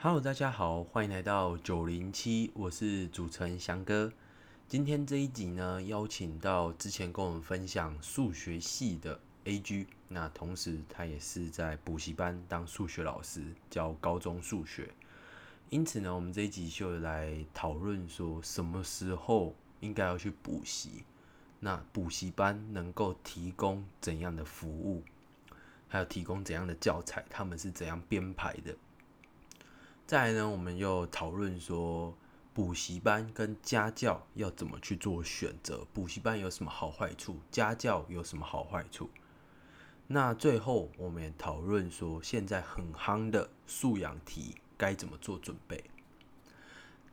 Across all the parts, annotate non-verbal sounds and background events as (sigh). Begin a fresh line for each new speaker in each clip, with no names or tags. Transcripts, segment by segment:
Hello，大家好，欢迎来到九零七，我是主持人翔哥。今天这一集呢，邀请到之前跟我们分享数学系的 A G，那同时他也是在补习班当数学老师，教高中数学。因此呢，我们这一集就来讨论说，什么时候应该要去补习，那补习班能够提供怎样的服务，还有提供怎样的教材，他们是怎样编排的。再来呢，我们又讨论说补习班跟家教要怎么去做选择，补习班有什么好坏处，家教有什么好坏处。那最后我们也讨论说现在很夯的素养题该怎么做准备。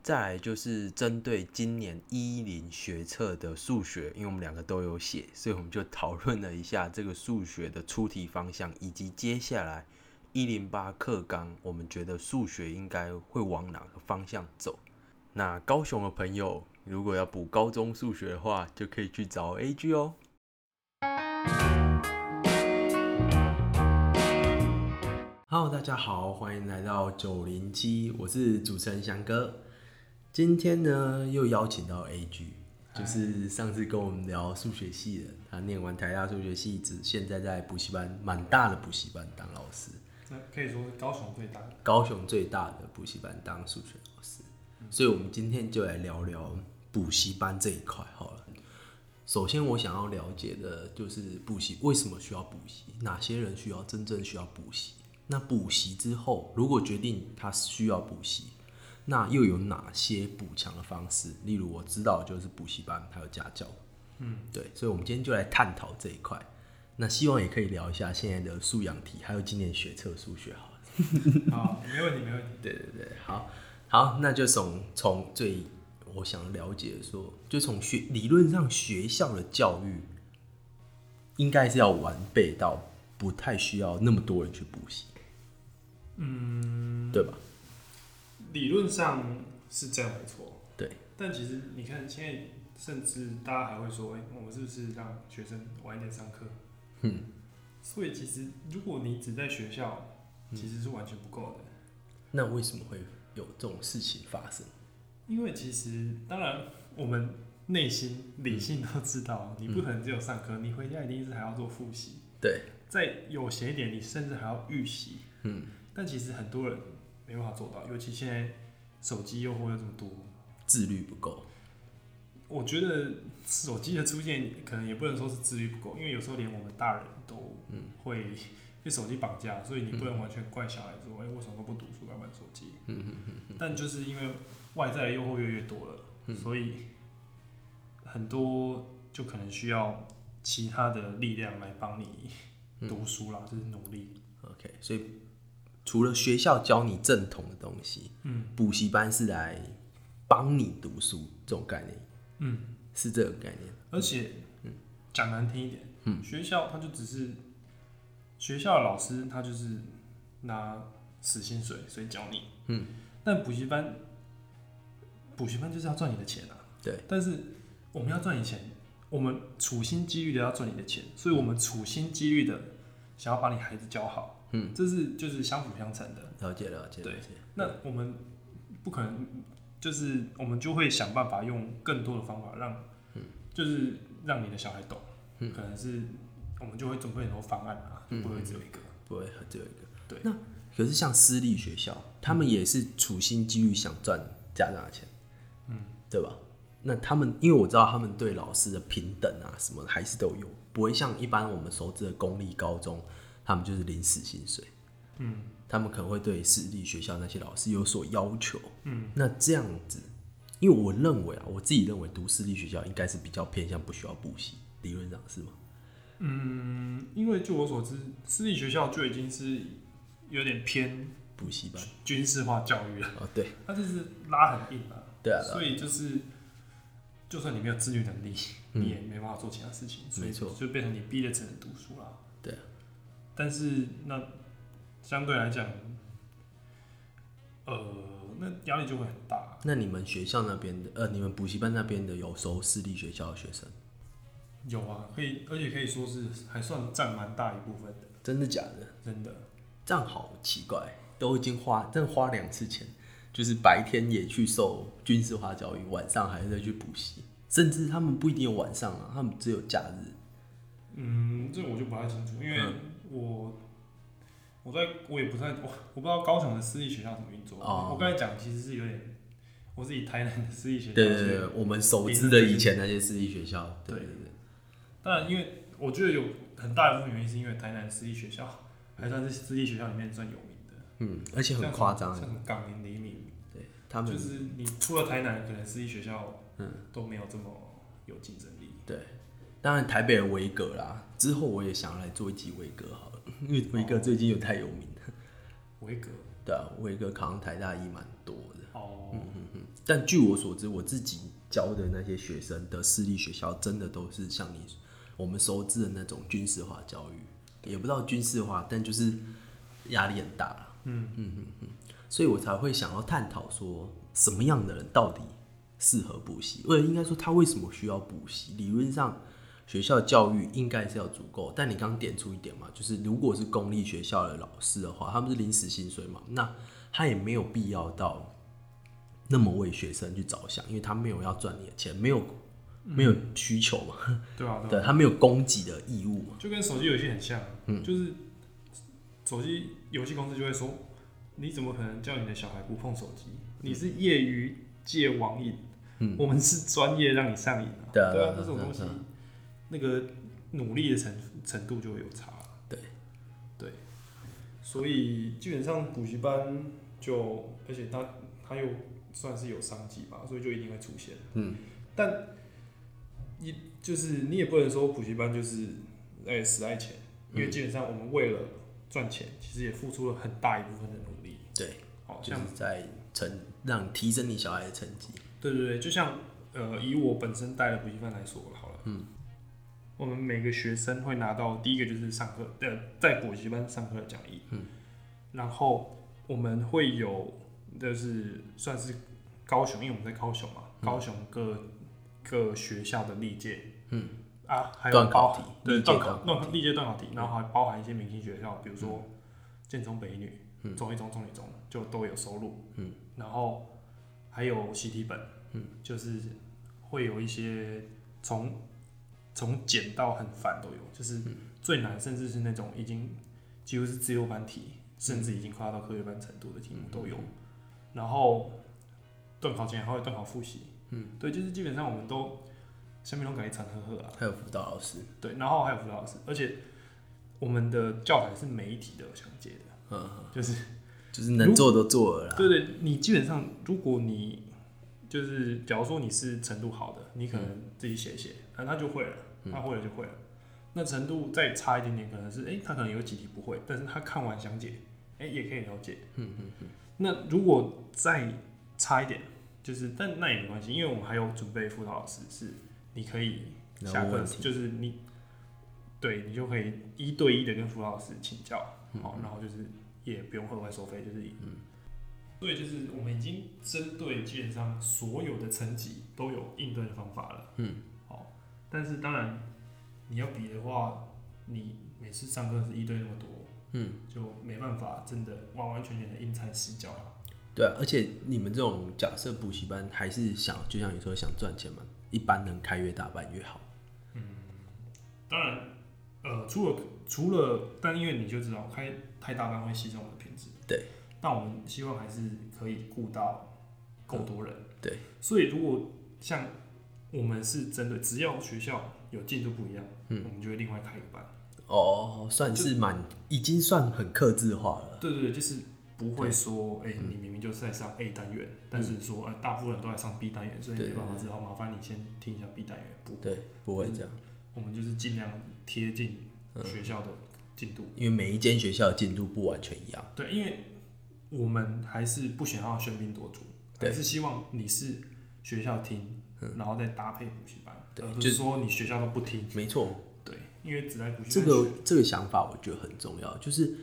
再来就是针对今年一零学测的数学，因为我们两个都有写，所以我们就讨论了一下这个数学的出题方向，以及接下来一零八课纲，我们觉得数学应该会往哪个方向走？那高雄的朋友如果要补高中数学的话，就可以去找 A G 哦。Hello，大家好，欢迎来到九零七，我是主持人翔哥。今天呢，又邀请到 A G，就是上次跟我们聊数学系的，他念完台大数学系，只现在在补习班，蛮大的补习班当老师。
那可以说是高雄最大的。
高雄最大的补习班当数学老师，所以我们今天就来聊聊补习班这一块好了。首先，我想要了解的就是补习为什么需要补习，哪些人需要真正需要补习？那补习之后，如果决定他需要补习，那又有哪些补强的方式？例如，我知道就是补习班还有家教，嗯，对，所以我们今天就来探讨这一块。那希望也可以聊一下现在的素养题，还有今年学测数学好了。
好，没问题，没问题。
对对对，好好，那就从从最我想了解说，就从学理论上学校的教育应该是要完备到不太需要那么多人去补习，嗯，对吧？
理论上是这样没错，
对，
但其实你看现在，甚至大家还会说，哎、我们是不是让学生晚一点上课？
嗯，
所以其实如果你只在学校，其实是完全不够的。
那为什么会有这种事情发生？
因为其实当然我们内心理性都知道，你不可能只有上课，你回家一定是还要做复习，
对，
再有闲一点，你甚至还要预习。
嗯，
但其实很多人没办法做到，尤其现在手机诱惑又这么多，
自律不够，
我觉得手机的出现，可能也不能说是自律不够，因为有时候连我们大人都会被手机绑架，所以你不能完全怪小孩说，哎、为什么都不读书，要玩手机？但就是因为外在的诱惑越来越多了，所以很多就可能需要其他的力量来帮你读书啦，就是努力。
OK，所以除了学校教你正统的东西，嗯，补习班是来帮你读书这种概念，嗯，是这个概念，
而且，讲难听一点，学校他就只是学校的老师，他就是拿死薪水，所以教你，嗯，但补习班，补习班就是要赚你的钱啊，
对，
但是我们要赚你钱，我们处心积虑的要赚你的钱，所以我们处心积虑的想要把你孩子教好，嗯，这是就是相辅相成的，
了解了解了
对
解，
那我们不可能，就是我们就会想办法用更多的方法让，就是让你的小孩懂，可能是我们就会准备很多方案啊，就不会只有一个。
不会只有一个，
对
那可是像私立学校，他们也是处心积虑想赚家长的钱，嗯，对吧？那他们因为我知道他们对老师的平等啊什么的还是都有，不会像一般我们熟知的公立高中，他们就是临时薪水。
嗯
他们可能会对私立学校那些老师有所要求。嗯，那这样子，因为我认为啊，我自己认为读私立学校应该是比较偏向不需要补习，理论上是吗？
嗯，因为就我所知，私立学校就已经是有点偏
补习班
军事化教育了，
啊，对
它就是拉很硬啊，
对啊，
所以就是。就算你没有自律能力，你也没办法做其他事情，所
嗯
以
没错
就变成你逼得只能读书啦。
对啊，
但是那相对来讲，呃，那压力就会很大。
那你们学校那边的，呃，你们补习班那边的有收私立学校的学生，
有啊，可以，而且可以说是还算占蛮大一部分的，
真的假的？
真的。
这样好奇怪，都已经花，真的花两次钱，就是白天也去受军事化教育，晚上还在去补习，甚至他们不一定有晚上啊，他们只有假日。
嗯，这我就不太清楚，因为
嗯
我、我在我也不太我我不知道高雄的私立学校怎么运作。
哦
我刚才讲其实是有点，我是以台南的私立学校
对对
去
对，对我们熟知的以前那些私立学校，对对对，
当然，因为我觉得有很大一部分原因是因为台南私立学校还算是私立学校里面算有名的，
嗯，而且很
像
夸张
像，什么港林、黎明，
对他们
就是你除了台南，可能私立学校
嗯
都没有这么有竞争力。
对，当然台北的维格啦，之后我也想来做一集维格好了，因为维格最近又太有名了。
维格
对啊，维格考上台大医蛮多的，
哦，
但据我所知，我自己教的那些学生的私立学校，真的都是像你我们熟知的那种军事化教育，也不知道军事化，但就是压力很大啦。
嗯
嗯嗯嗯，所以我才会想要探讨说，什么样的人到底适合补习，或者应该说他为什么需要补习？理论上。学校教育应该是要足够，但你刚刚点出一点嘛，就是如果是公立学校的老师的话，他们是临时薪水嘛，那他也没有必要到那么为学生去着想，因为他没有要赚你的钱，没有没有需求嘛，
对啊，对啊
对他没有供给的义务嘛，嗯
就跟手机游戏很像，啊就是手机游戏公司就会说，你怎么可能叫你的小孩不碰手机？你是业余界网瘾，我们是专业让你上瘾啊，
嗯对啊
啊，
对啊
这种东西，那个努力的程程度就会有差，啊
对，
对，所以基本上补习班就，而且它它又算是有商机吧，所以就一定会出现，
嗯，
但一就是你也不能说补习班就是哎死爱钱，
嗯
因为基本上我们为了赚钱，其实也付出了很大一部分的努力。
对，
好
就
像
是在成让提升你小孩的成绩，
对对对，就像呃，以我本身带的补习班来说好了，嗯，我们每个学生会拿到第一个就是上课呃，在补习班上课的讲义，嗯，然后我们会有就是算是高雄，因为我们在高雄嘛，高雄各各学校的历届，
嗯
啊，还有
段考
包含
题嗯
对
历届
段
段
考
考
段历届段考题，然后还包含一些明星学校，比如说建中北一女、中一中、中女中就都有收入，
嗯，
然后还有习题本，嗯，就是会有一些从从简到很烦都有，就是
嗯
最难，甚至是那种已经几乎是自由班题，甚
嗯
至已经快要到科学班程度的题目都有。然后段考前还会段考复习，嗯，对，就是基本上我们都下面都改成呵呵啊，
还有辅导老师，
对，然后还有辅导老师，而且我们的教材是每一题都有详解的，
嗯，
就是
就是能做都做了啦，
对对，你基本上如果你就是假如说你是程度好的，你可能自己写一写，那、他就会了，他会了就会了。那程度再差一点点，可能是诶，他可能有几题不会，但是他看完详解，诶，也可以了解。嗯嗯嗯。那如果再差一点，就是但那也没关系，因为我们还有准备辅导老师，是你可以
然后
下课
问题
就是你对你就可以一对一的跟辅导老师请教，
嗯
好，然后就是也不用额外收费，就是所以就是我们已经针对基本上所有的层级都有应对的方法了。
嗯，
好，但是当然你要比的话，你每次上课是一对那么多，
嗯，
就没办法真的完完全全的因材施教了。
对啊，而且你们这种假设补习班还是想，就像你说想赚钱嘛，一般能开越大班越好，
当然，呃，除了除了，但因为你就知道开太大班会牺牲我们的品质。
对。
那我们希望还是可以顾到够多人。
嗯对。
所以如果像我们是针对，只要学校有进度不一样，嗯，我们就会另外开一个班。
哦，算是蛮已经算很克制化了，
对对对，就是不会说，哎、你明明就是在上 A 单元，但是说，哎、大部分人都在上 B 单元，所以
嗯对
没办法，只好麻烦你先听一下 B 单元。不，
对，不会这样，
我们就是尽量贴近
嗯
学校的进度。
因为每一间学校的进度不完全一样，
对，因为我们还是不想要喧宾夺主，
对嗯
还是希望你是学校听，然后再搭配补习班，
对
而
就
不是说你学校都不听。
没错，
对，因为只在补习
这
班
个
学
这个想法我觉得很重要，就是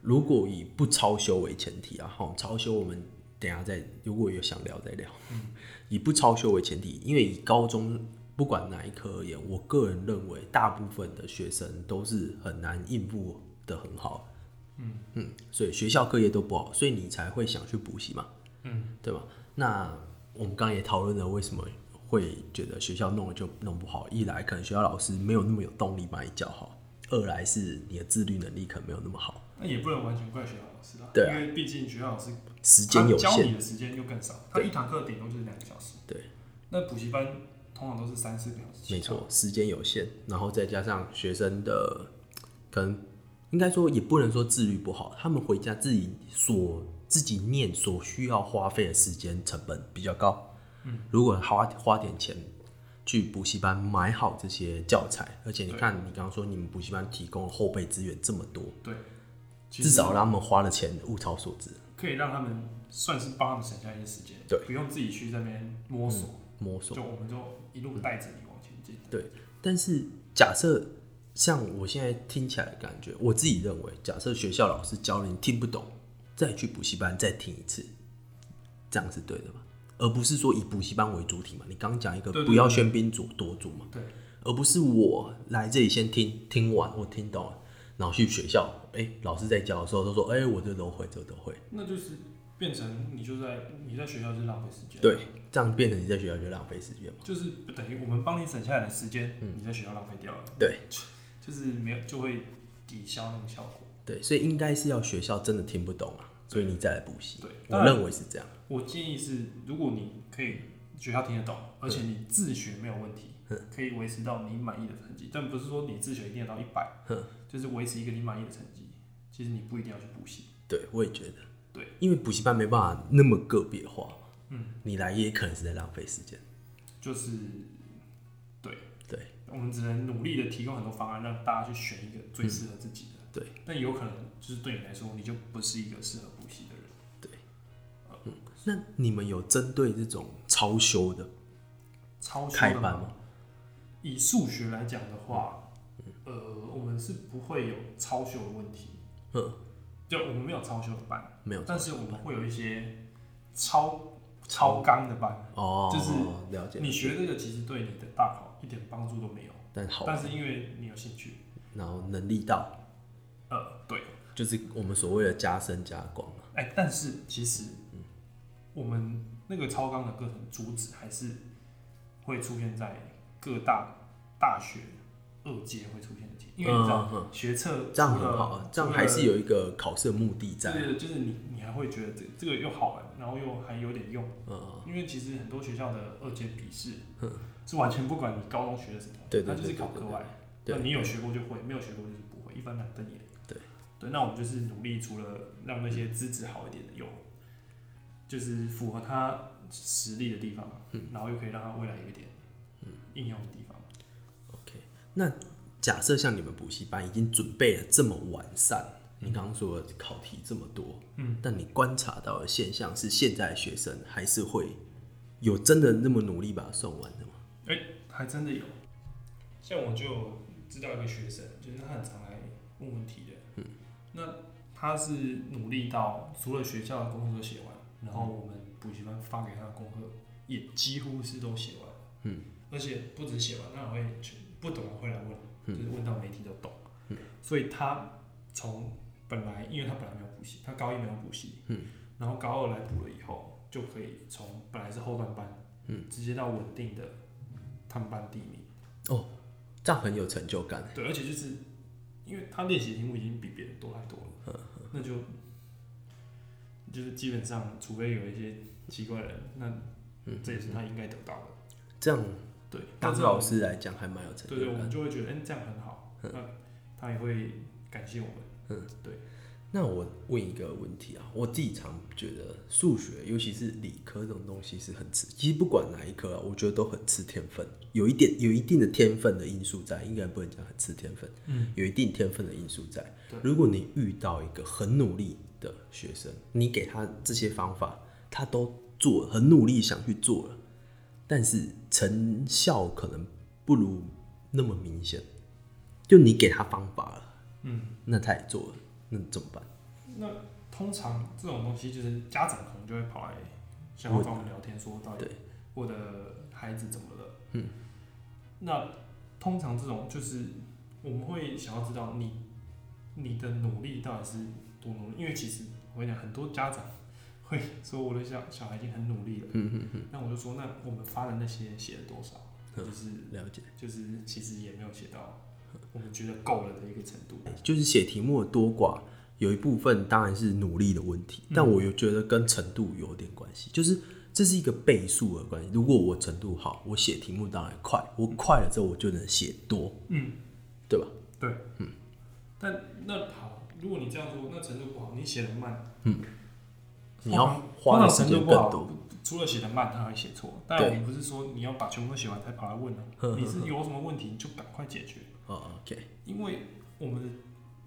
如果以不超修为前提啊，哈，超修我们等一下再如果有想聊再聊。 (laughs) 以不超修为前提，因为以高中不管哪一科而言，我个人认为大部分的学生都是很难应付的很好，嗯，所以学校课业都不好，所以你才会想去补习嘛，嗯，对吧？那我们刚刚也讨论了为什么会觉得学校弄了就弄不好，一来可能学校老师没有那么有动力把你教好，二来是你的自律能力可能没有那么好，
那也不能完全怪学校老师啦，
对啊
因为毕竟学校老师
时间有
他教
限，
你的时间就更少，他一堂课顶多就是两个小时。
对，
那补习班通常都是三四个小时。
没错，，时间有限，然后再加上学生的可能应该说也不能说自律不好，他们回家自己所自己念所需要花费的时间成本比较高。嗯，如果花花点钱去补习班买好这些教材，而且你看你刚刚说你们补习班提供的后备资源这么多，
对，其
至
实
少让他们花了钱物超所值，
可以让他们算是帮他们省下一些时间，
对，嗯
不用自己去那边摸索，
摸索。
就我们就一路带着你往前进。
但是假设像我现在听起来的感觉，我自己认为，假设学校老师教了你听不懂，再去补习班再听一次，这样是对的吧？而不是说以补习班为主体嘛？你刚讲一个
对对
不要喧宾夺夺主嘛，
对，
而不是我来这里先听，听完我听懂了，然后去学校，哎、老师在教的时候都说，哎、我这都会，这都会，
那就是变成你就在你在学校就是浪费时间，
对，这样变成你在学校就浪费时间嘛？
就是等于我们帮你省下来的时间，你在学校浪费掉了，
对，
就是没有就会抵消那个效果。
对，所以应该是要学校真的听不懂啊，所以你再来补习
对，
我认为是这样。
我建议是，如果你可以学校听得懂，而且你自学没有问题，可以维持到你满意的成绩，但不是说你自学一定要到一百，就是维持一个你满意的成绩。其实你不一定要去补习，
对，我也觉得。
对，
因为补习班没办法那么个别化嘛。嗯，你来也可能是在浪费时间。
就是对
对，
我们只能努力的提供很多方案，让大家去选一个最适合自己的。
对，
但有可能就是对你来说，你就不是一个适合补习的人。
那你们有针对这种超修的
超
开
修的
班
嘛
吗？
以数学来讲的话，呃，我们是不会有超修的问题。
嗯，
就我们没有超修的班，
没有
但是我们会有一些超超纲的班。
哦，
就是
了解
你学这个其实对你的大考一点帮助都没有，
但好，啊
但是因为你有兴趣，
然后能力到，
呃，对，
就是我们所谓的加深加广啊。
哎、但是其实我们那个超纲的课程主旨还是会出现在各大大学二阶会出现的题，因为你知道、
嗯嗯
学测
这样很
除了
好啊，这样
除了
还是有一个考试的目的在啊。
对对，就是你你还会觉得这这个又好玩，然后又还有点用，
嗯，
因为其实很多学校的二阶笔试是完全不管你高中学的什么，
对对
它就是
对
考
对
课
对
外，
对
那你有学过就会，没有学过就是不会，一翻两瞪眼。
对
对，那我们就是努力，除了让那些资质好一点的有，就是符合他实力的地方，
嗯
然后又可以让他未来有一点应用的地方。
OK，那假设像你们补习班已经准备了这么完善，你刚刚说的考题这么多，嗯，但你观察到的现象是，现在的学生还是会有真的那么努力把它算完的吗？
哎、还真的有。像我就知道一个学生，就是他很常来问问题的。嗯。那他是努力到除了学校的功课都写完，然后我们补习班发给他的功课也几乎是都写完。嗯。而且不止写完，他还会去不懂的会来问，就是问到媒体都懂。嗯。所以他从本来，因为他本来没有补习，他高一没有补习。嗯。然后高二来补了以后，就可以从本来是后段班，嗯，直接到稳定的他们班第一名。
哦，这样很有成就感。
对，而且就是因为他练习题目已经比别人多太多了，那就就是基本上，除非有一些奇怪的人，那这也是他应该得到的。
这样
对，但
当
是
老师来讲还蛮有成
对对，
就
我
感
们。就会觉得，嗯，这嗯样很好，那他也会感谢我们。
那我问一个问题啊，我自己常觉得数学，尤其是理科这种东西是很吃，其实不管哪一科啊，我觉得都很吃天分，有一点有一定的天分的因素在，应该不能讲很吃天分，嗯，有一定天分的因素在。如果你遇到一个很努力的学生，你给他这些方法，他都做了很努力想去做了，但是成效可能不如那么明显，就你给他方法了，嗯，那他也做了，那怎么办？
那通常这种东西就是家长可能就会跑来想要找我们聊天，说到底
对
我的孩子怎么了？嗯，那通常这种就是我们会想要知道你你的努力到底是多努力，因为其实我跟你讲，很多家长会说我的小小孩已经很努力了，嗯嗯嗯，那我就说，那我们发的那些写了多少？就是
了解，
就是其实也没有写到我们觉得够了的一个程度。
就是写题目的多寡，有一部分当然是努力的问题，
嗯
但我又觉得跟程度有点关系，就是这是一个倍数的关系。如果我程度好，我写题目当然快，我快了之后我就能写多，
嗯，
对吧？
对，嗯。但那好，如果你这样说，那程度不好，你写的慢，
你要
通
花
常
的时
程
间
度
更
不好
多。
除了写的慢，他还写错。但
对
我们不是说你要把全部都写完才跑来问啊，你是有什么问题你就赶快解决，
哦，OK，
因为我们的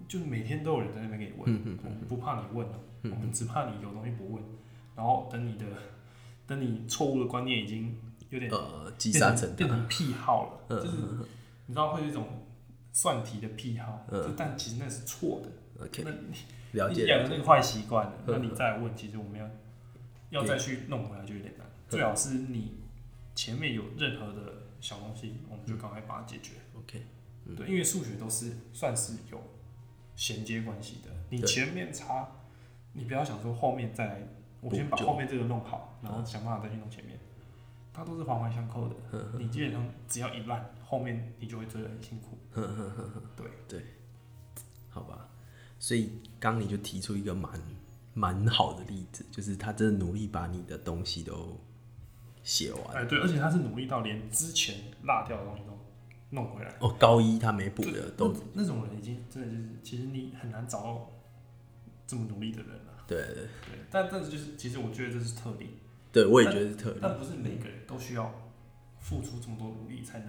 就是每天都有人在那边给你问，我们不怕你问啊，我们只怕你有东西不问，然后等你的等你错误的观念已经有点
呃，积沙成
变
塔，
成嗯癖好了，就是你知道会有一种算题的癖好，就但其实那是错的。
OK，
那
了
你
解 (laughs)
养
了
成
解
那个坏习惯了，那
嗯
你再问，其实我们要要再去弄回来就有点难。最好是你前面有任何的小东西，我们就赶快把它解决。
，OK，嗯
对，因为数学都是算是有衔接关系的，你
对
前面差，你不要想说后面再来，我先把
补救嗯
后面这个弄好，然后想办法再去弄前面，它都是环环相扣的。你基本上只要一烂，后面你就会追得很辛苦。对，
好吧。所以刚你就提出一个蛮蛮好的例子，就是他真的努力把你的东西都写完。
哎对，而且他是努力到连之前落掉的东西都弄回来。
哦，高一他没补
对
的都
那那种人已经真的就是，其实你很难找到这么努力的人了。
对
对，但但是就是，其实我觉得这是特例，
对，我也觉得是特例。
但不是每个人都需要付出这么多努力才能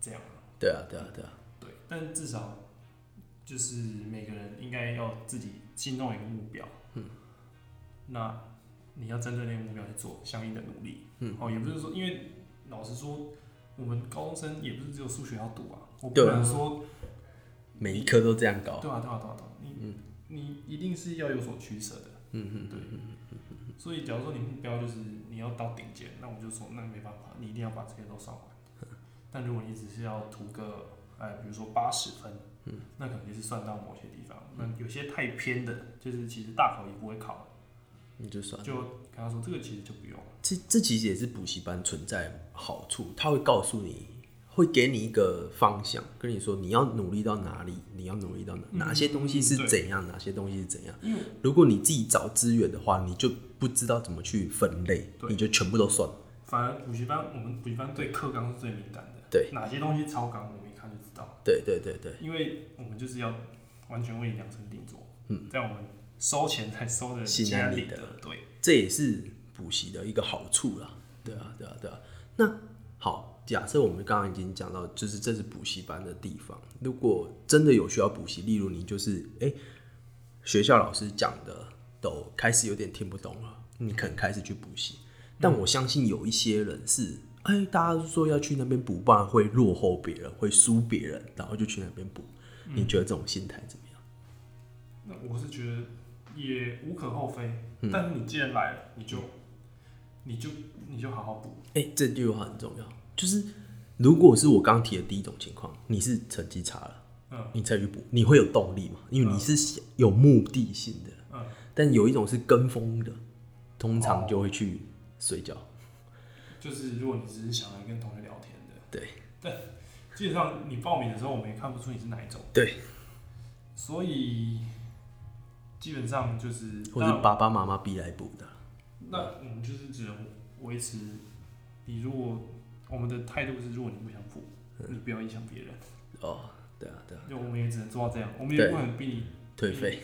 这样。
对啊，对啊，对啊，
对，但至少就是每个人应该要自己心中有一个目标，嗯，那你要针对那个目标去做相应的努力，嗯，哦，也不是说，因为老实说，我们高中生也不是只有数学要读啊，我不
对啊
能说，
每一科都这样搞。
对啊，对啊，对啊，对啊，你、你一定是要有所取舍的，
嗯
对，所以假如说你目标就是你要到顶尖，那我们就说那没办法，你一定要把这些都上
(laughs)
完。但如果你只是要图个，哎，比如说八十分，嗯，那可能就是算到某些地方。
嗯
那有些太偏的，就是其实大考也不会考，
你就算了。
就跟他说这个其实就不用了。
这这其实也是补习班存在的好处，他会告诉你，会给你一个方向，跟你说你要努力到哪里，你要努力到哪，
嗯
哪些东西是
对
怎样，哪些东西是怎样
因为。
如果你自己找资源的话，你就不知道怎么去分类，
对
你就全部都算了。
反而补习班，我们补习班对课纲是最敏感的，
对，
哪些东西超纲我们一看就知道，
对对对对，
因为我们就是要完全为量身定做，嗯，这样我们收钱才收的
心
心
安
安
理
理得，对。
这也是补习的一个好处啦。对啊，对啊，对啊。那好，假设我们刚刚已经讲到，就是这是补习班的地方。如果真的有需要补习，例如你就是哎、诶学校老师讲的都开始有点听不懂了，你可能开始去补习。但我相信有一些人是，哎、大家都说要去那边补，不然会落后别人，会输别人，然后就去那边补。你觉得这种心态怎么样？
那我是觉得也无可厚非，
嗯
但是你既然来了，你就、你就你就好好补。
哎、这句话很重要，就是如果是我刚提的第一种情况，你是成绩差了，
嗯，
你再去补，你会有动力嘛？因为你是想有目的性的，
嗯，
但有一种是跟风的，通常就
哦
会去睡觉，
就是如果你只是想来跟同学聊天的，
对，
但基本上你报名的时候，我们也看不出你是哪一种，
对，
所以基本上就是，
或是
那
爸爸妈妈逼来补的，
那我们就是只能维持，你如果我们的态度是，如果你不想补，你不要影响别人，
哦，对啊，嗯对啊，
就我们也只能做到这样，我们也不可能逼你，
退费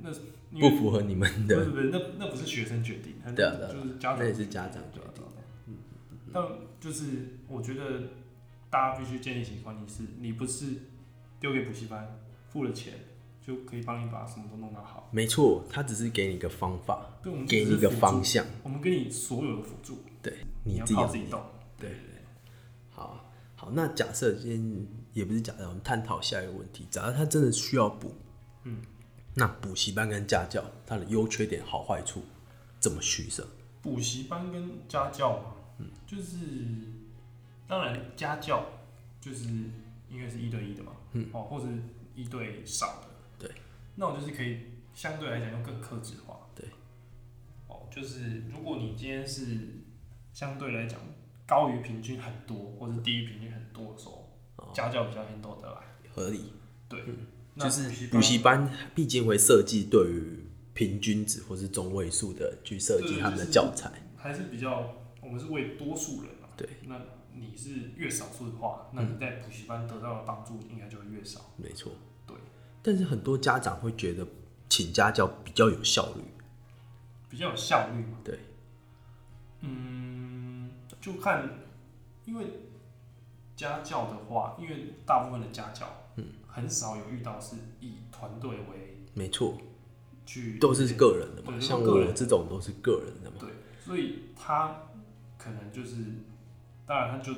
那因
不
为
符合你们
不
的，
是不是，那那不是学生决定，那
对啊对啊嗯
就是家长
那也是家长决
对啊
定
对啊对啊但就是我觉得大家必须建立起观念是，你不是丢给补习班付了钱就可以帮你把什么都弄到好。
没错，他只是给你一个方法，
对，我们
给
只
你
是
一个
辅助
方，向，
我们给你所有的辅助，
你
要
自己
靠
要
自己动。
对对对，好好，那假设今天也不是假设，我们探讨下一个问题。假设他真的需要补，嗯，那补习班跟家教它的优缺点、好坏处怎么取舍？
补习班跟家教嘛，
嗯
就是当然家教就是因为是一对一的嘛，嗯，哦，或者一对少的，
对。
那我就是可以相对来讲又更克制化。
对，
哦，就是如果你今天是相对来讲高于平均很多，或是低于平均很多的时候，
哦
家教比较 handle 得来。
合理。
对，
嗯
那
就是
啊班
补习班毕竟会设计对于平均值或是中位数的去设计他们的教材。
还是比较，我们是为多数人嘛。
对，
那你是越少数的话，那你在补习班得到的帮助应该就会越少。
没错，
对。
但是很多家长会觉得请家教比较有效率，
比较有效率嘛。
对，
嗯，就看，因为家教的话，因为大部分的家教，嗯，很少有遇到是以团队为
没错，
去
都是个人的
对
嘛，
都是
像
个
我
人
这种都是个人的嘛，
对，所以他可能就是，当然他就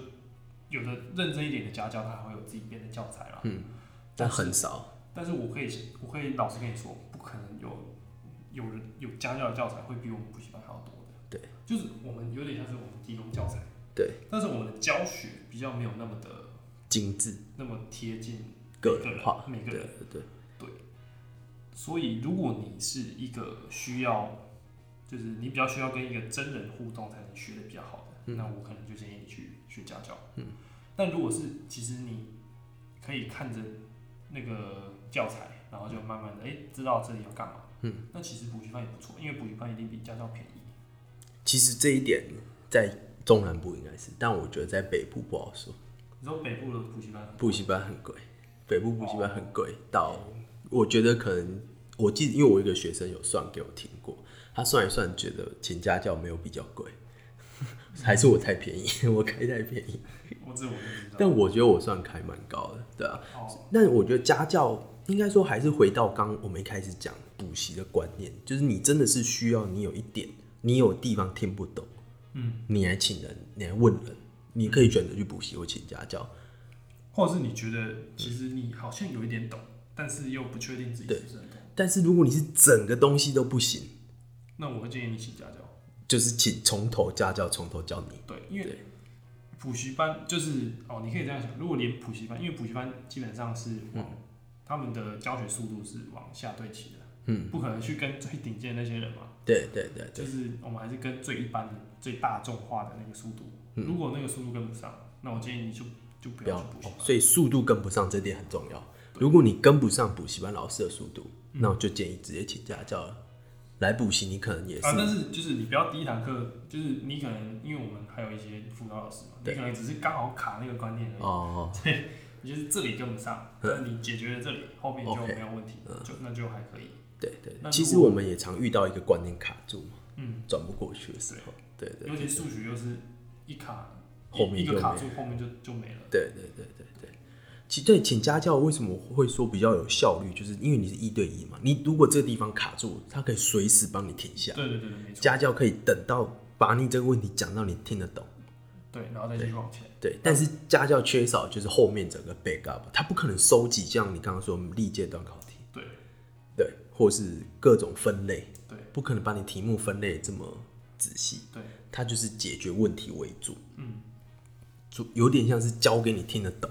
有的认真一点的家教，他还会有自己编的教材啦。
嗯，但
但是
很少，
但是我可以，我可以老实跟你说，不可能有有人有家教的教材会比我们补习班还要多的。
对，
就是我们有点像是我们提供教材，
对，
但是我们的教学比较没有那么的
精致
那么贴近
个人化，
每个
对
人
对对，
所以如果你是一个需要，就是你比较需要跟一个真人互动才能学的比较好的，那我可能就建议你去去家教。嗯，但如果是其实你可以看着那个教材，然后就慢慢的哎、诶知道这里要干嘛。嗯，那其实补习班也不错，因为补习班一定比家教便宜。
其实这一点在中南部应该是，但我觉得在北部不好说，
你说北部的补 (laughs) 习班
补习班很贵，北部补习班很贵，到我觉得可能我记得，因为我有一个学生有算给我听过，他算一算觉得请家教没有比较贵， (laughs) 还是我太便宜， (laughs) 我开太便宜，
我这我就知道。
但我觉得我算开蛮高的，对啊，
哦，
但我觉得家教应该说还是回到刚我们一开始讲补习的观念，就是你真的是需要你有一点，你有地方听不懂，
嗯，
你来请人，你来问人，你可以选择去补习或请家教，
或者是你觉得其实你好像有一点懂，但是又不确定自己是不是很懂，
但是如果你是整个东西都不行，
那我会建议你请家教。
就是请从头家教从头教你，
对，因为
对
补习班就是哦，你可以这样想，如果连补习班，因为补习班基本上是往、他们的教学速度是往下对齐的，
嗯，
不可能去跟最顶尖的那些人嘛，
对对对
就
对，
是我们还是跟最一般的、最大众化的那个速度。
嗯
如果那个速度跟不上，那我建议你就就不
不要
要去补习
哦，
班。
所以速度跟不上这点很重要。如果你跟不上补习班老师的速度，那我就建议直接请家教了。来补习你可能也是
啊，但是就是你不要第一堂课，就是你可能因为我们还有一些辅导老师嘛，你
对
可能只是刚好卡那个观念而已。
哦，
你就是这里跟不上，但你解决了这里，后面就
OK，嗯
没有问题，就那就还可以。
对对
那，如
其实
果
我们也常遇到一个观念卡住嘛，
嗯，
转不过去的时候，对对
尤其数学又是一卡，
后面
一
就
个卡
没
住，后面就就没了。
对对对对对。其对请家教为什么会说比较有效率，就是因为你是一对一嘛，你如果这个地方卡住，他可以随时帮你停下，
对对对对，没错。
家教可以等到把你这个问题讲到你听得懂。
对，然后再继续往前。
对，但是家教缺少就是后面整个 backup，他不可能收集像你刚刚说历届段考题，
对
对，或是各种分类，
对
不可能把你题目分类这么仔细，
对，
他就是解决问题为主，
嗯，
就有点像是教给你听得懂，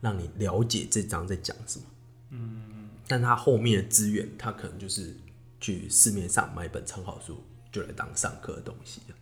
让你了解这章在讲什么，嗯，但他后面的资源，他可能就是去市面上买一本参考书，就来当上课的东西了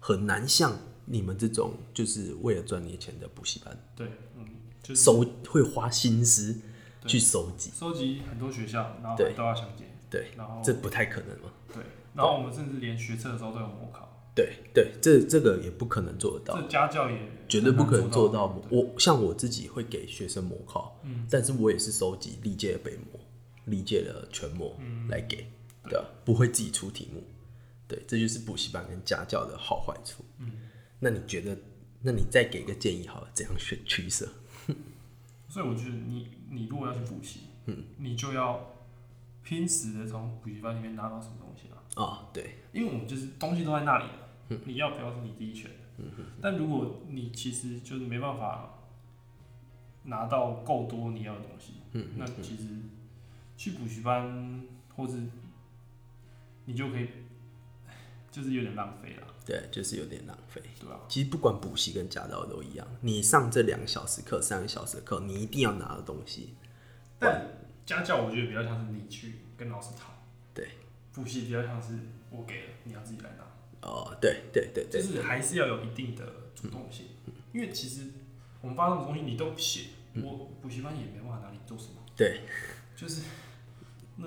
很难像你们这种就是为了赚你钱的补习班。
对，嗯，就是
收会花心思去收集，
收集很多学校，然后
对
都要详解。
对，
然后
这不太可能嘛？
对，然后我们甚至连学测的时候都有模考，
对对，这这个也不可能做得到，
这家教也
绝对不可能做
做
到模。我像我自己会给学生模考，但是我也是收集历届的北模、历届的全模来给，对吧？不会自己出题目，对，这就是补习班跟家教的好坏处。那你觉得？那你再给个建议好了，怎样选取舍？
所以我觉得你你如果要去补习，嗯，你就要拼死的从补习班里面拿到什么东西啊。
啊、对，
因为我们就是东西都在那里了，你要不要是你自己选的。但如果你其实就是没办法拿到够多你要的东西，那其实去补习班或是你就可以，就是有点浪费了，
对，就是有点浪费。
对吧、
其实不管补习跟家教都一样，你上这两个小时课、三个小时的课，你一定要拿的东西，
但家教我觉得比较像是你去跟老师讨，
对，
补习比较像是我给了，你要自己来拿，
哦，对对对
就
对，
是还是要有一定的主动性，因为其实我们发这种东西你都写，
嗯
我补习班也没办法拿你做什么，
对，
就是那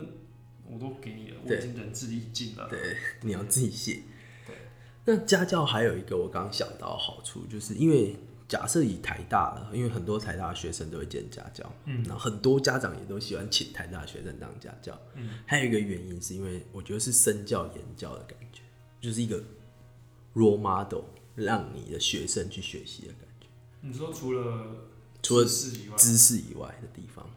我都给你了，我
对
已经仁至义尽了，
对， (laughs) 你要自己写
对。
那家教还有一个我刚刚想到的好处，就是因为假设以台大了，因为很多台大的学生都会兼家教，嗯，然后很多家长也都喜欢请台大的学生当家教，嗯，还有一个原因是因为我觉得是身教言教的感觉，就是一个 role model，让你的学生去学习的感觉，
你说除了
除了
知识以外，
知识以外的地方，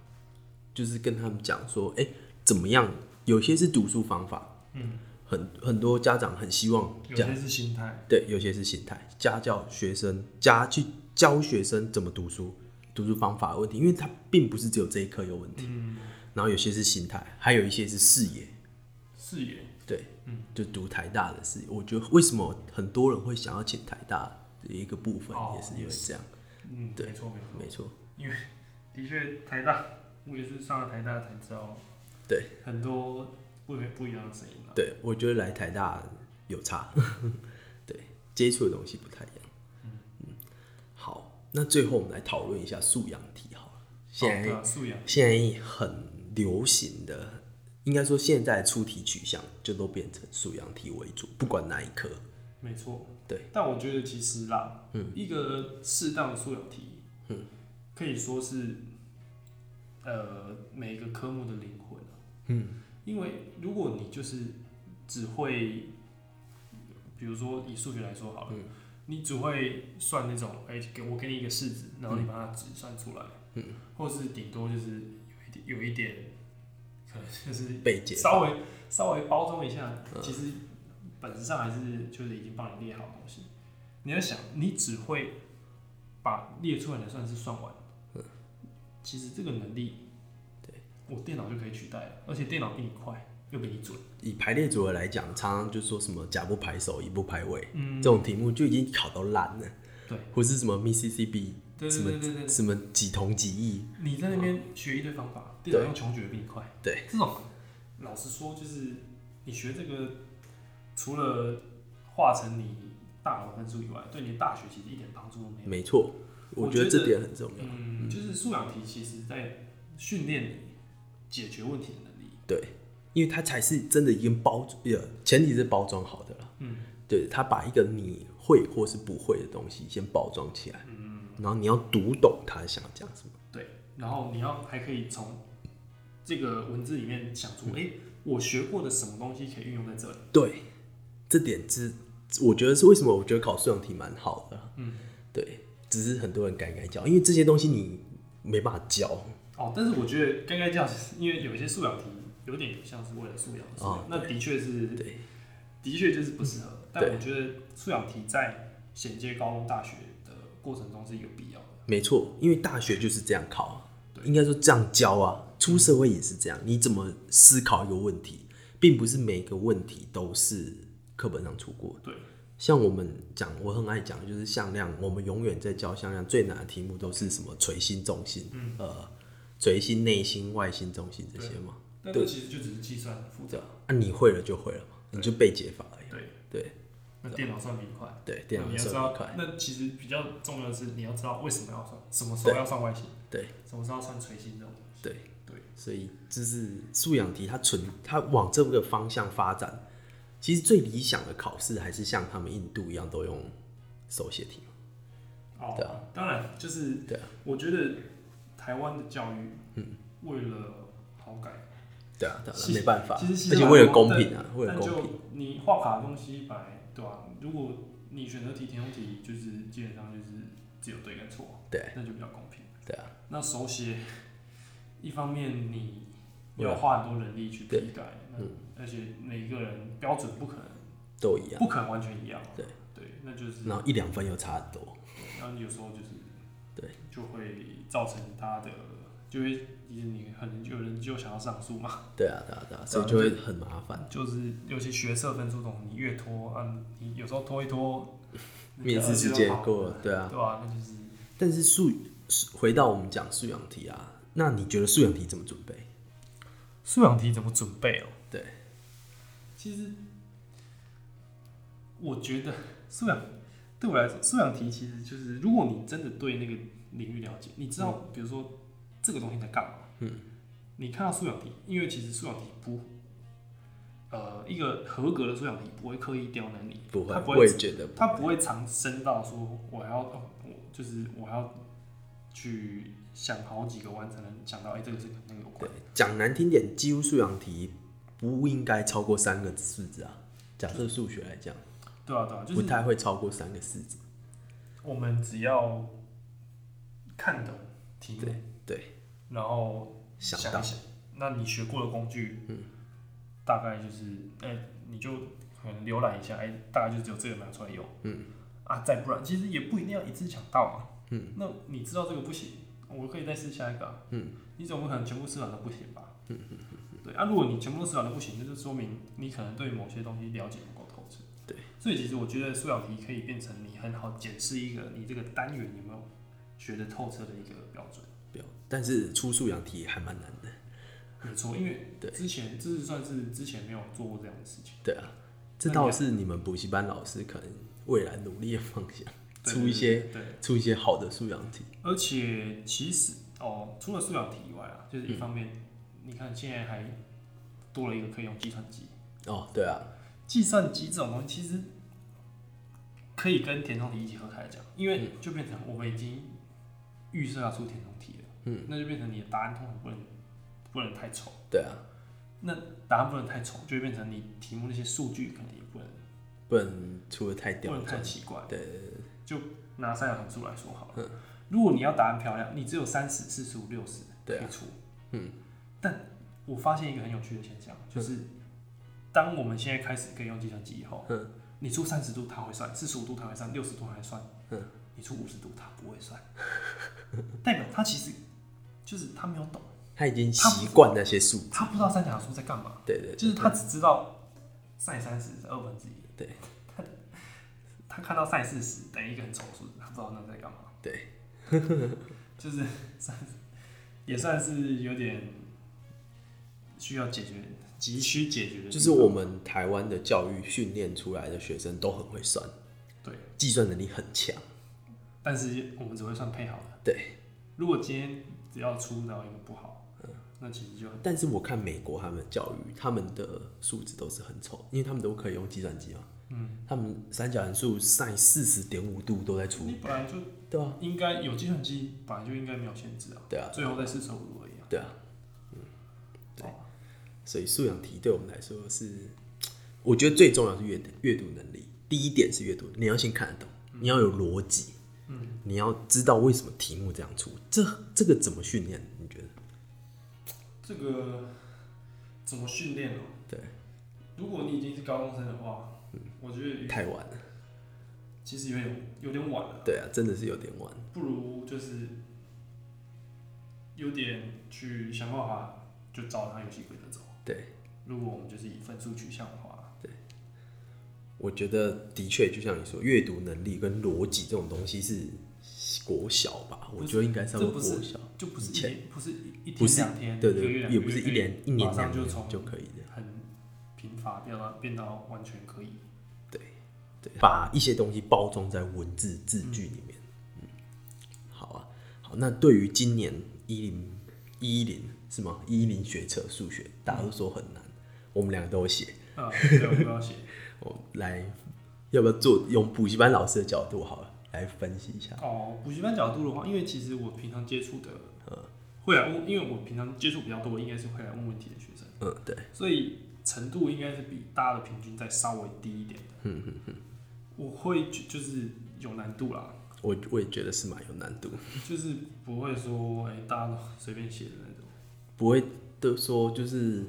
就是跟他们讲说，哎、怎么样？有些是读书方法，
嗯，
很很多家长很希望
有
家
些是心态，
对，有些是心态，家教学生家去教学生怎么读书，读书方法的问题，因为他并不是只有这一科有问题，
嗯，
然后有些是心态，还有一些是视野，
视野，
对，就读台大的视野，我觉得为什么很多人会想要请台大的一个部分，
哦
也是因为这样，
嗯，
对
没错没错。
没错，
的确，台大我也是上了台大才知道，
对，
很多不不一样的声音啊。
对我觉得来台大有差， (laughs) 对，接触的东西不太一样，嗯，好，那最后我们来讨论一下素养题好了，现在
哦对啊素养，
现在很流行的，应该说现在出题取向就都变成素养题为主，不管哪一科。
没错。
对，
但我觉得其实啦，嗯，一个适当的素养题，嗯，可以说是呃每一个科目的灵魂、啊、嗯，因为如果你就是只会，比如说以数学来说好了，你只会算那种，哎、给我给你一个式子，然后你把它只算出来，嗯，或是顶多就是有一点有一点，可能就是
被解嗯
稍微稍微包装一下，其实本质上还是就是已经帮你列好东西。你要想，你只会把列出来的算式算完，
嗯
其实这个能力，对我电脑就可以取代了，而且电脑比你快，又比你准。
以排列组合来讲，常常就说什么甲不排首，乙不排尾，
嗯
这种题目就已经考到烂了。
对，
或是什么 Mississippi，
对
什
对对对
么
对，
什么几同几异，
你在那边学一堆方法，电脑用穷学比你快。
对，
这种老实说，就是你学这个，除了化成你大脑分数以外，对你的大学其实一点帮助都没有。
没错，
我
我觉得
觉得
这点很重要。
嗯，就是素养题，其实在训练你解决问题的能力。
对，因为它才是真的已经包，呃，前提是包装好的了。
嗯，
对，它把一个你会或是不会的东西先包装起来，嗯，然后你要读懂他想讲什么。
对，然后你要还可以从这个文字里面想
嗯
出，哎、我学过的什么东西可以运用在这里。
对，这点是我觉得是为什么我觉得考素养题蛮好的。嗯，对，只是很多人改改教，因为这些东西你没办法教。
哦，但是我觉得该该这样，因为有一些素养题有点像是为了素养而素养，
哦
那的确是，
对，
的确就是不适合。但
对
我觉得素养题在衔接高中、大学的过程中是有必要的。
没错，因为大学就是这样考啊
对，
应该说这样教啊，出社会也是这样。你怎么思考一个问题，并不是每个问题都是课本上出过的。
对，
像我们讲，我很爱讲，就是向量，我们永远在教向量，最难的题目都是什么垂心、重心，
嗯
呃，垂心、内心、外心、中心这些嘛。
但这其实就只是计算复杂
对，啊，你会了就会了嘛，你就背解法而已。
对，
对
那电脑算比你快。
对，电
那
脑
你要知
算
道
很快，，
那其实比较重要的是你要知道为什么要算，什么时候要算外形，
对，
什么时候要算垂心这种东西。
对
对，
所以就是素养题，它存它往这个方向发展。其实最理想的考试还是像他们印度一样，都用手写题嘛。
哦，
对啊
当然就是，
对啊，嗯
我觉得台湾的教育，为了好改，
对啊，对啊，
其实
没办法，
其实其实
而且为了公平啊，为了
但
公
就
平，
你画卡的东西本来对吧、啊如果你选择题填空题，就是基本上就是只有对跟错，
对
那就比较公平。
对啊，
那手写，一方面你
对啊
要花很多人力去
对嗯
批改，那而且每一个人标准不可能
都一样。
不可能完全一样嘛。
对
对，那就是，
然后一两分又差很多，
然后你有时候就是，
对，
就会造成他的，就会你你可能有人就想要上诉嘛，
对啊，对啊，对啊，所以就会很麻烦。
就是尤其学测分数这种，你越拖，啊，你有时候拖一拖，啊
面试时间过了，对啊。
对啊，那就是
但是素回到我们讲素养题啊，那你觉得素养题怎么准备？
素养题怎么准备哦？
对，
其实我觉得素养对我来说，素养题其实就是，如果你真的对那个领域了解，你知道，比如说这个东西在干嘛，嗯，你看到素养题，因为其实素养题不，呃，一个合格的素养题不会刻意刁难你，
不会
它，不
我
会
也觉得
他不会藏深到说我要，哦我就是我要去想好几个弯才能想到，哎、这个是跟那个有
对。
关
讲难听点，几乎素养题不应该超过三个式子啊。假设数学来讲，
对啊，对啊，就
不
是
太会超过三个式子。
我们只要看懂题目，
对，
然后
想
想
到
一想，那你学过的工具，嗯，大概就是，哎、你就可能浏览一下，哎、大概就只有这个拿出来用，嗯，啊，再不然其实也不一定要一次想到嘛，嗯，那你知道这个不行，我可以再试下一个、啊，嗯，你总不可能全部试完都不行吧，嗯对啊，如果你全部都试完都不行，那就说明你可能对某些东西了解不够透彻。
对，
所以其实我觉得素养题可以变成你很好检视一个你这个单元有没有学的透彻的一个标准。
不要，但是出素养题还蛮难的。
没错，因为
对
之前这是算是之前没有做过这样的事情，
对啊，这倒是你们补习班老师可能未来努力的方向，
对
出一些
对，
出一些好的素养题。
而且其实哦，除了素养题以外啊，
嗯
就是一方面，你看现在还多了一个可以用计算机，
哦，对啊，
计算机这种东西其实可以跟填充题一起合开来讲，因为
嗯
就变成我们已经预设要出填充题了，嗯，那就变成你的答案通常不能不能太丑，
对啊，
那答案不能太丑，就会变成你题目那些数据可能也不能
不能出的太
不
刁
能太
钻。
奇怪，
对对对嗯
就拿三角函数来说好了。如果你要答案漂亮，你只有三十、四十五、六十
对啊
可以出。嗯。但我发现一个很有趣的现象，就是
嗯
当我们现在开始可以用计算机以后，嗯，你出三十度它会算，四十五度它会算，六十度它会算，嗯，你出五十度它不会算， (laughs) 代表他其实就是他没有懂，
他已经习惯那些数字。
他不知道三角函数在干嘛，
对对
就是他只知道 sin 三十是二分之一，
对，
(laughs) 他看到 sin 四十等于一个很丑的数字，他不知道那在干嘛。
对，
(laughs) 就是算是也算是有点需要解决、急需解决的地方。
就是我们台湾的教育训练出来的学生都很会算，
对，
计算能力很强。
但是我们只会算配好的。
对，嗯
如果今天只要出到一个不好，那其实就很
但是我看美国他们的教育，他们的数值都是很丑，因为他们都可以用计算机嘛。嗯，他们三角函数 sin 四十点五度都在出，
你本来就
对啊，
应该有计算机，本来就应该没有限制啊。
对啊，
最后再四舍五入而已啊。
对啊，
对，
所以素养题对我们来说是，我觉得最重要是阅阅读能力。第一点是阅读，你要先看得懂，你要有逻辑，嗯，你要知道为什么题目这样出，这这个怎么训练？你觉得？
这个怎么训练哦？
对，嗯
如果你已经是高中生的话，我觉得
太晚了，
其实有点有点晚了。
对啊，真的是有点晚，
不如就是有点去想办法，就照他游戏规则走。
对。
如果我们就是以分数取向的话，
我觉得的确就像你说，阅读能力跟逻辑这种东西是国小吧，
是
我觉得应该是要
这不
国
是
小，
就不是一
以前
天不是一一
不
天
是
两天，
对
一个月
对，
两
也
个
不是
月
一年一年
马
两
上就
年
从
就可以的。
很贫乏变到变到完全可以。
对，把一些东西包装在文字字句里面。嗯，好啊，好。那对于今年一零一零是吗？一零学测数学，大家都说很难，我们两个都有写。
啊，
(laughs)
对，我不要写。
我来，要不要做用补习班老师的角度好了，来分析一下？
哦，补习班角度的话，因为其实我平常接触的，会来问，因为我平常接触比较多，应该是会来问问题的学生。
嗯，对，
所以程度应该是比大家的平均再稍微低一点的。嗯我会觉就是有难度啦，
我我也觉得是蛮有难度，
就是不会说哎、大家都随便写的那种。
不会都说就是。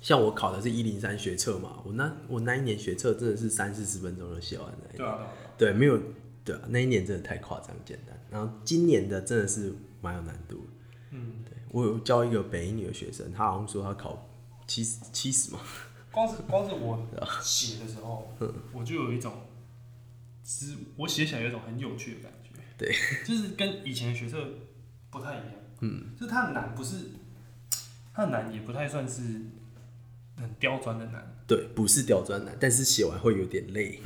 像我考的是一零三学测嘛，我那我那一年学测真的是三四十分钟就写完了、欸
对啊，对啊，对
对，
啊
没有对啊，那一年真的太夸张简单。然后今年的真的是蛮有难度。
嗯，
对我有教一个北一女的学生，她好像说她考七十七十嘛，
光是光是我
啊
写的时候，
嗯
我就有一种，其实我写起来有一种很有趣的感觉。
对，
就是跟以前的学测不太一样。嗯，就是它的难不是，它的难也不太算是很刁钻的难，
对，不是刁钻难，但是写完会有点累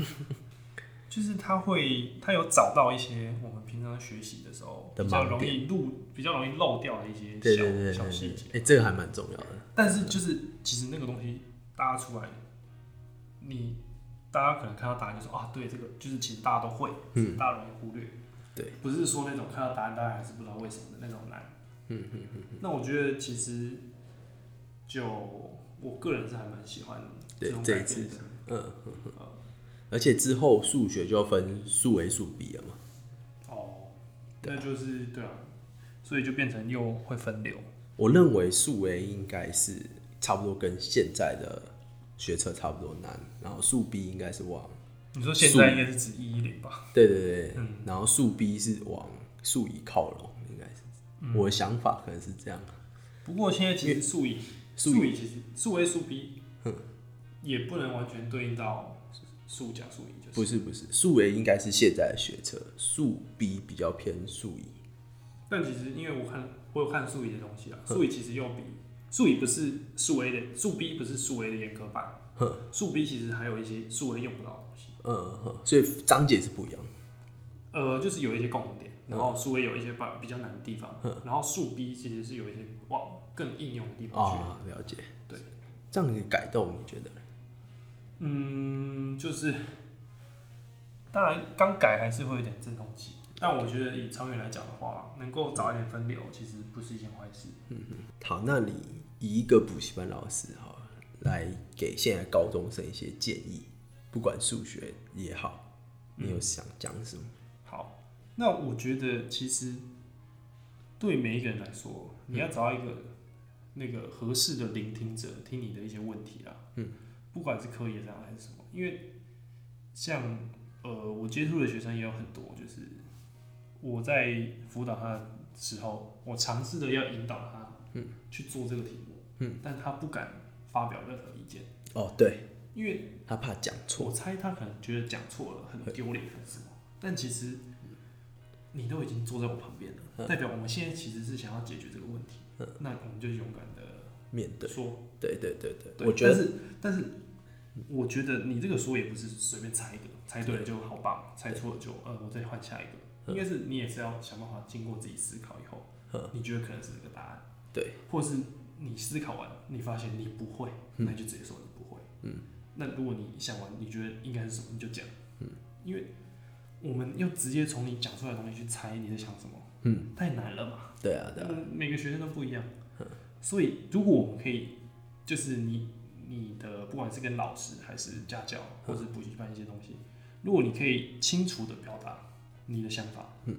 就是它会它有找到一些我们平常学习的时候
的
比较
盲
容
点
易漏比较容易漏掉的一些小
对对对对
小细
对
节，。
哎、这个还蛮重要的。
但是就是其实那个东西搭出来，你大家可能看到答案就说啊，对，这个就是其实大家都会，嗯，大家容易忽略，
对，
不是说那种看到答案大家还是不知道为什么的那种难，嗯嗯嗯。那我觉得其实就我个人是还蛮喜欢
对
种
这一
改变的
次，而且之后数学就要分数 A 数 B 了嘛，
哦，那就是对啊，所以就变成又会分流，
我认为数 A 应该是差不多跟现在的学测差不多难，然后数 B 应该是往，
你说现在应该是指一一零吧？
对对对，然后数 B 是往数乙靠拢，应该是、我的想法可能是这样，
不过现在其实数以
数
数以其实数 A 数 B，也不能完全对应到数甲数乙，就
不
是。
是不是，数 A 应该是现在的学测，数 B 比较偏数乙，
但其实因为我看我有看数乙的东西啊，数乙其实又比数乙不是数 A 的，数 B 不是数 A 的严格版，数 B 其实还有一些数 A 用不到的东西，
嗯，哼所以章节是不一样的，
呃，就是有一些共同点，然后数 A 有一些比比较难的地方，然后数 B 其实是有一些往更应用的地方去。
哦，了解，
对，
这样的改动你觉得呢？
嗯，就是，当然刚改还是会有点阵痛期，但我觉得以长远来讲的话，能够早一点分流，其实不是一件坏事。
好，那你以一个补习班老师好了来给现在高中生一些建议，不管数学也好，你有想讲什么？
好，那我觉得其实对每一个人来说，你要找到一个那个合适的聆听者，听你的一些问题啦。嗯，不管是科研上还是什么，因为像呃，我接触的学生也有很多，就是我在辅导他的时候，我尝试的要引导他，嗯，去做这个题目，嗯，但他不敢发表任何意见，
哦，对，
因为
他怕讲错，
我猜他可能觉得讲错了很丢脸，还是什么？但其实你都已经坐在我旁边
嗯
了，代表我们现在其实是想要解决这个问题。那我们就勇敢的
面对，
说。
对对对
对
对，我觉得
但是但是，我觉得你这个说也不是随便猜一个，猜对了就好棒，猜错了就呃，我再换下一
嗯
个。应该是你也是要想办法，经过自己思考以后，你觉得可能是这个答案，
对，
或是你思考完，你发现你不会，那你就直接说你不会。嗯，那如果你想完，你觉得应该是什么，你就讲。嗯，因为我们要直接从你讲出来的东西去猜你在想什么，嗯，太难了嘛。
对啊对啊，
嗯，每个学生都不一样，所以如果我们可以，就是你你的不管是跟老师还是家教或是补习班一些东西，如果你可以清楚的表达你的想法，嗯，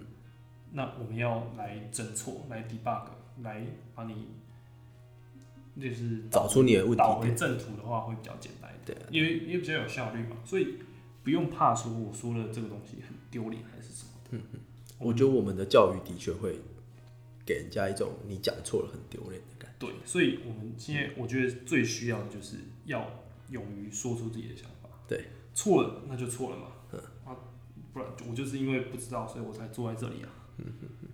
那我们要来整错，来 debug，来把你就是
找出你的问
导
题
回
点，
正途的话会比较简单一
对啊
点，因为也比较有效率嘛，所以不用怕说我说了这个东西很丢脸还是什么的。
我觉得我们的教育的确会给人家一种你讲错了很丢脸的感
对，所以我们现在我觉得最需要的就是要勇于说出自己的想法。
对，嗯
错了那就错了嘛。啊，不然我就是因为不知道，所以我才坐在这里啊。
嗯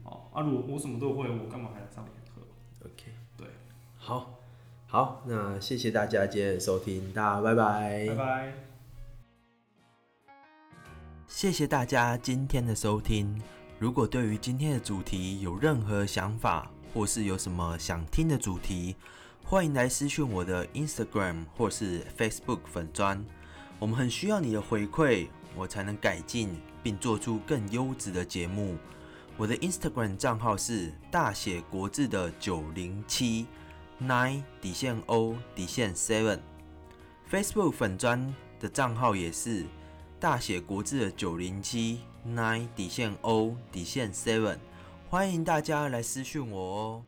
哦，啊，如果我什么都会，我干嘛还来上你的课？
觉，OK，
对，
好，好，那谢谢大家今天的收听，大家拜拜
拜拜。
谢谢大家今天的收听。如果对于今天的主题有任何想法，或是有什么想听的主题，欢迎来私讯我的 Instagram 或是 Facebook 粉砖。我们很需要你的回馈，我才能改进并做出更优质的节目。我的 Instagram 账号是大写国字的九零七 nine 底线 O 底线 seven，Facebook 粉砖的账号也是大写国字的九零七 nine 底线 O 底线 seven，欢迎大家来私讯我哦。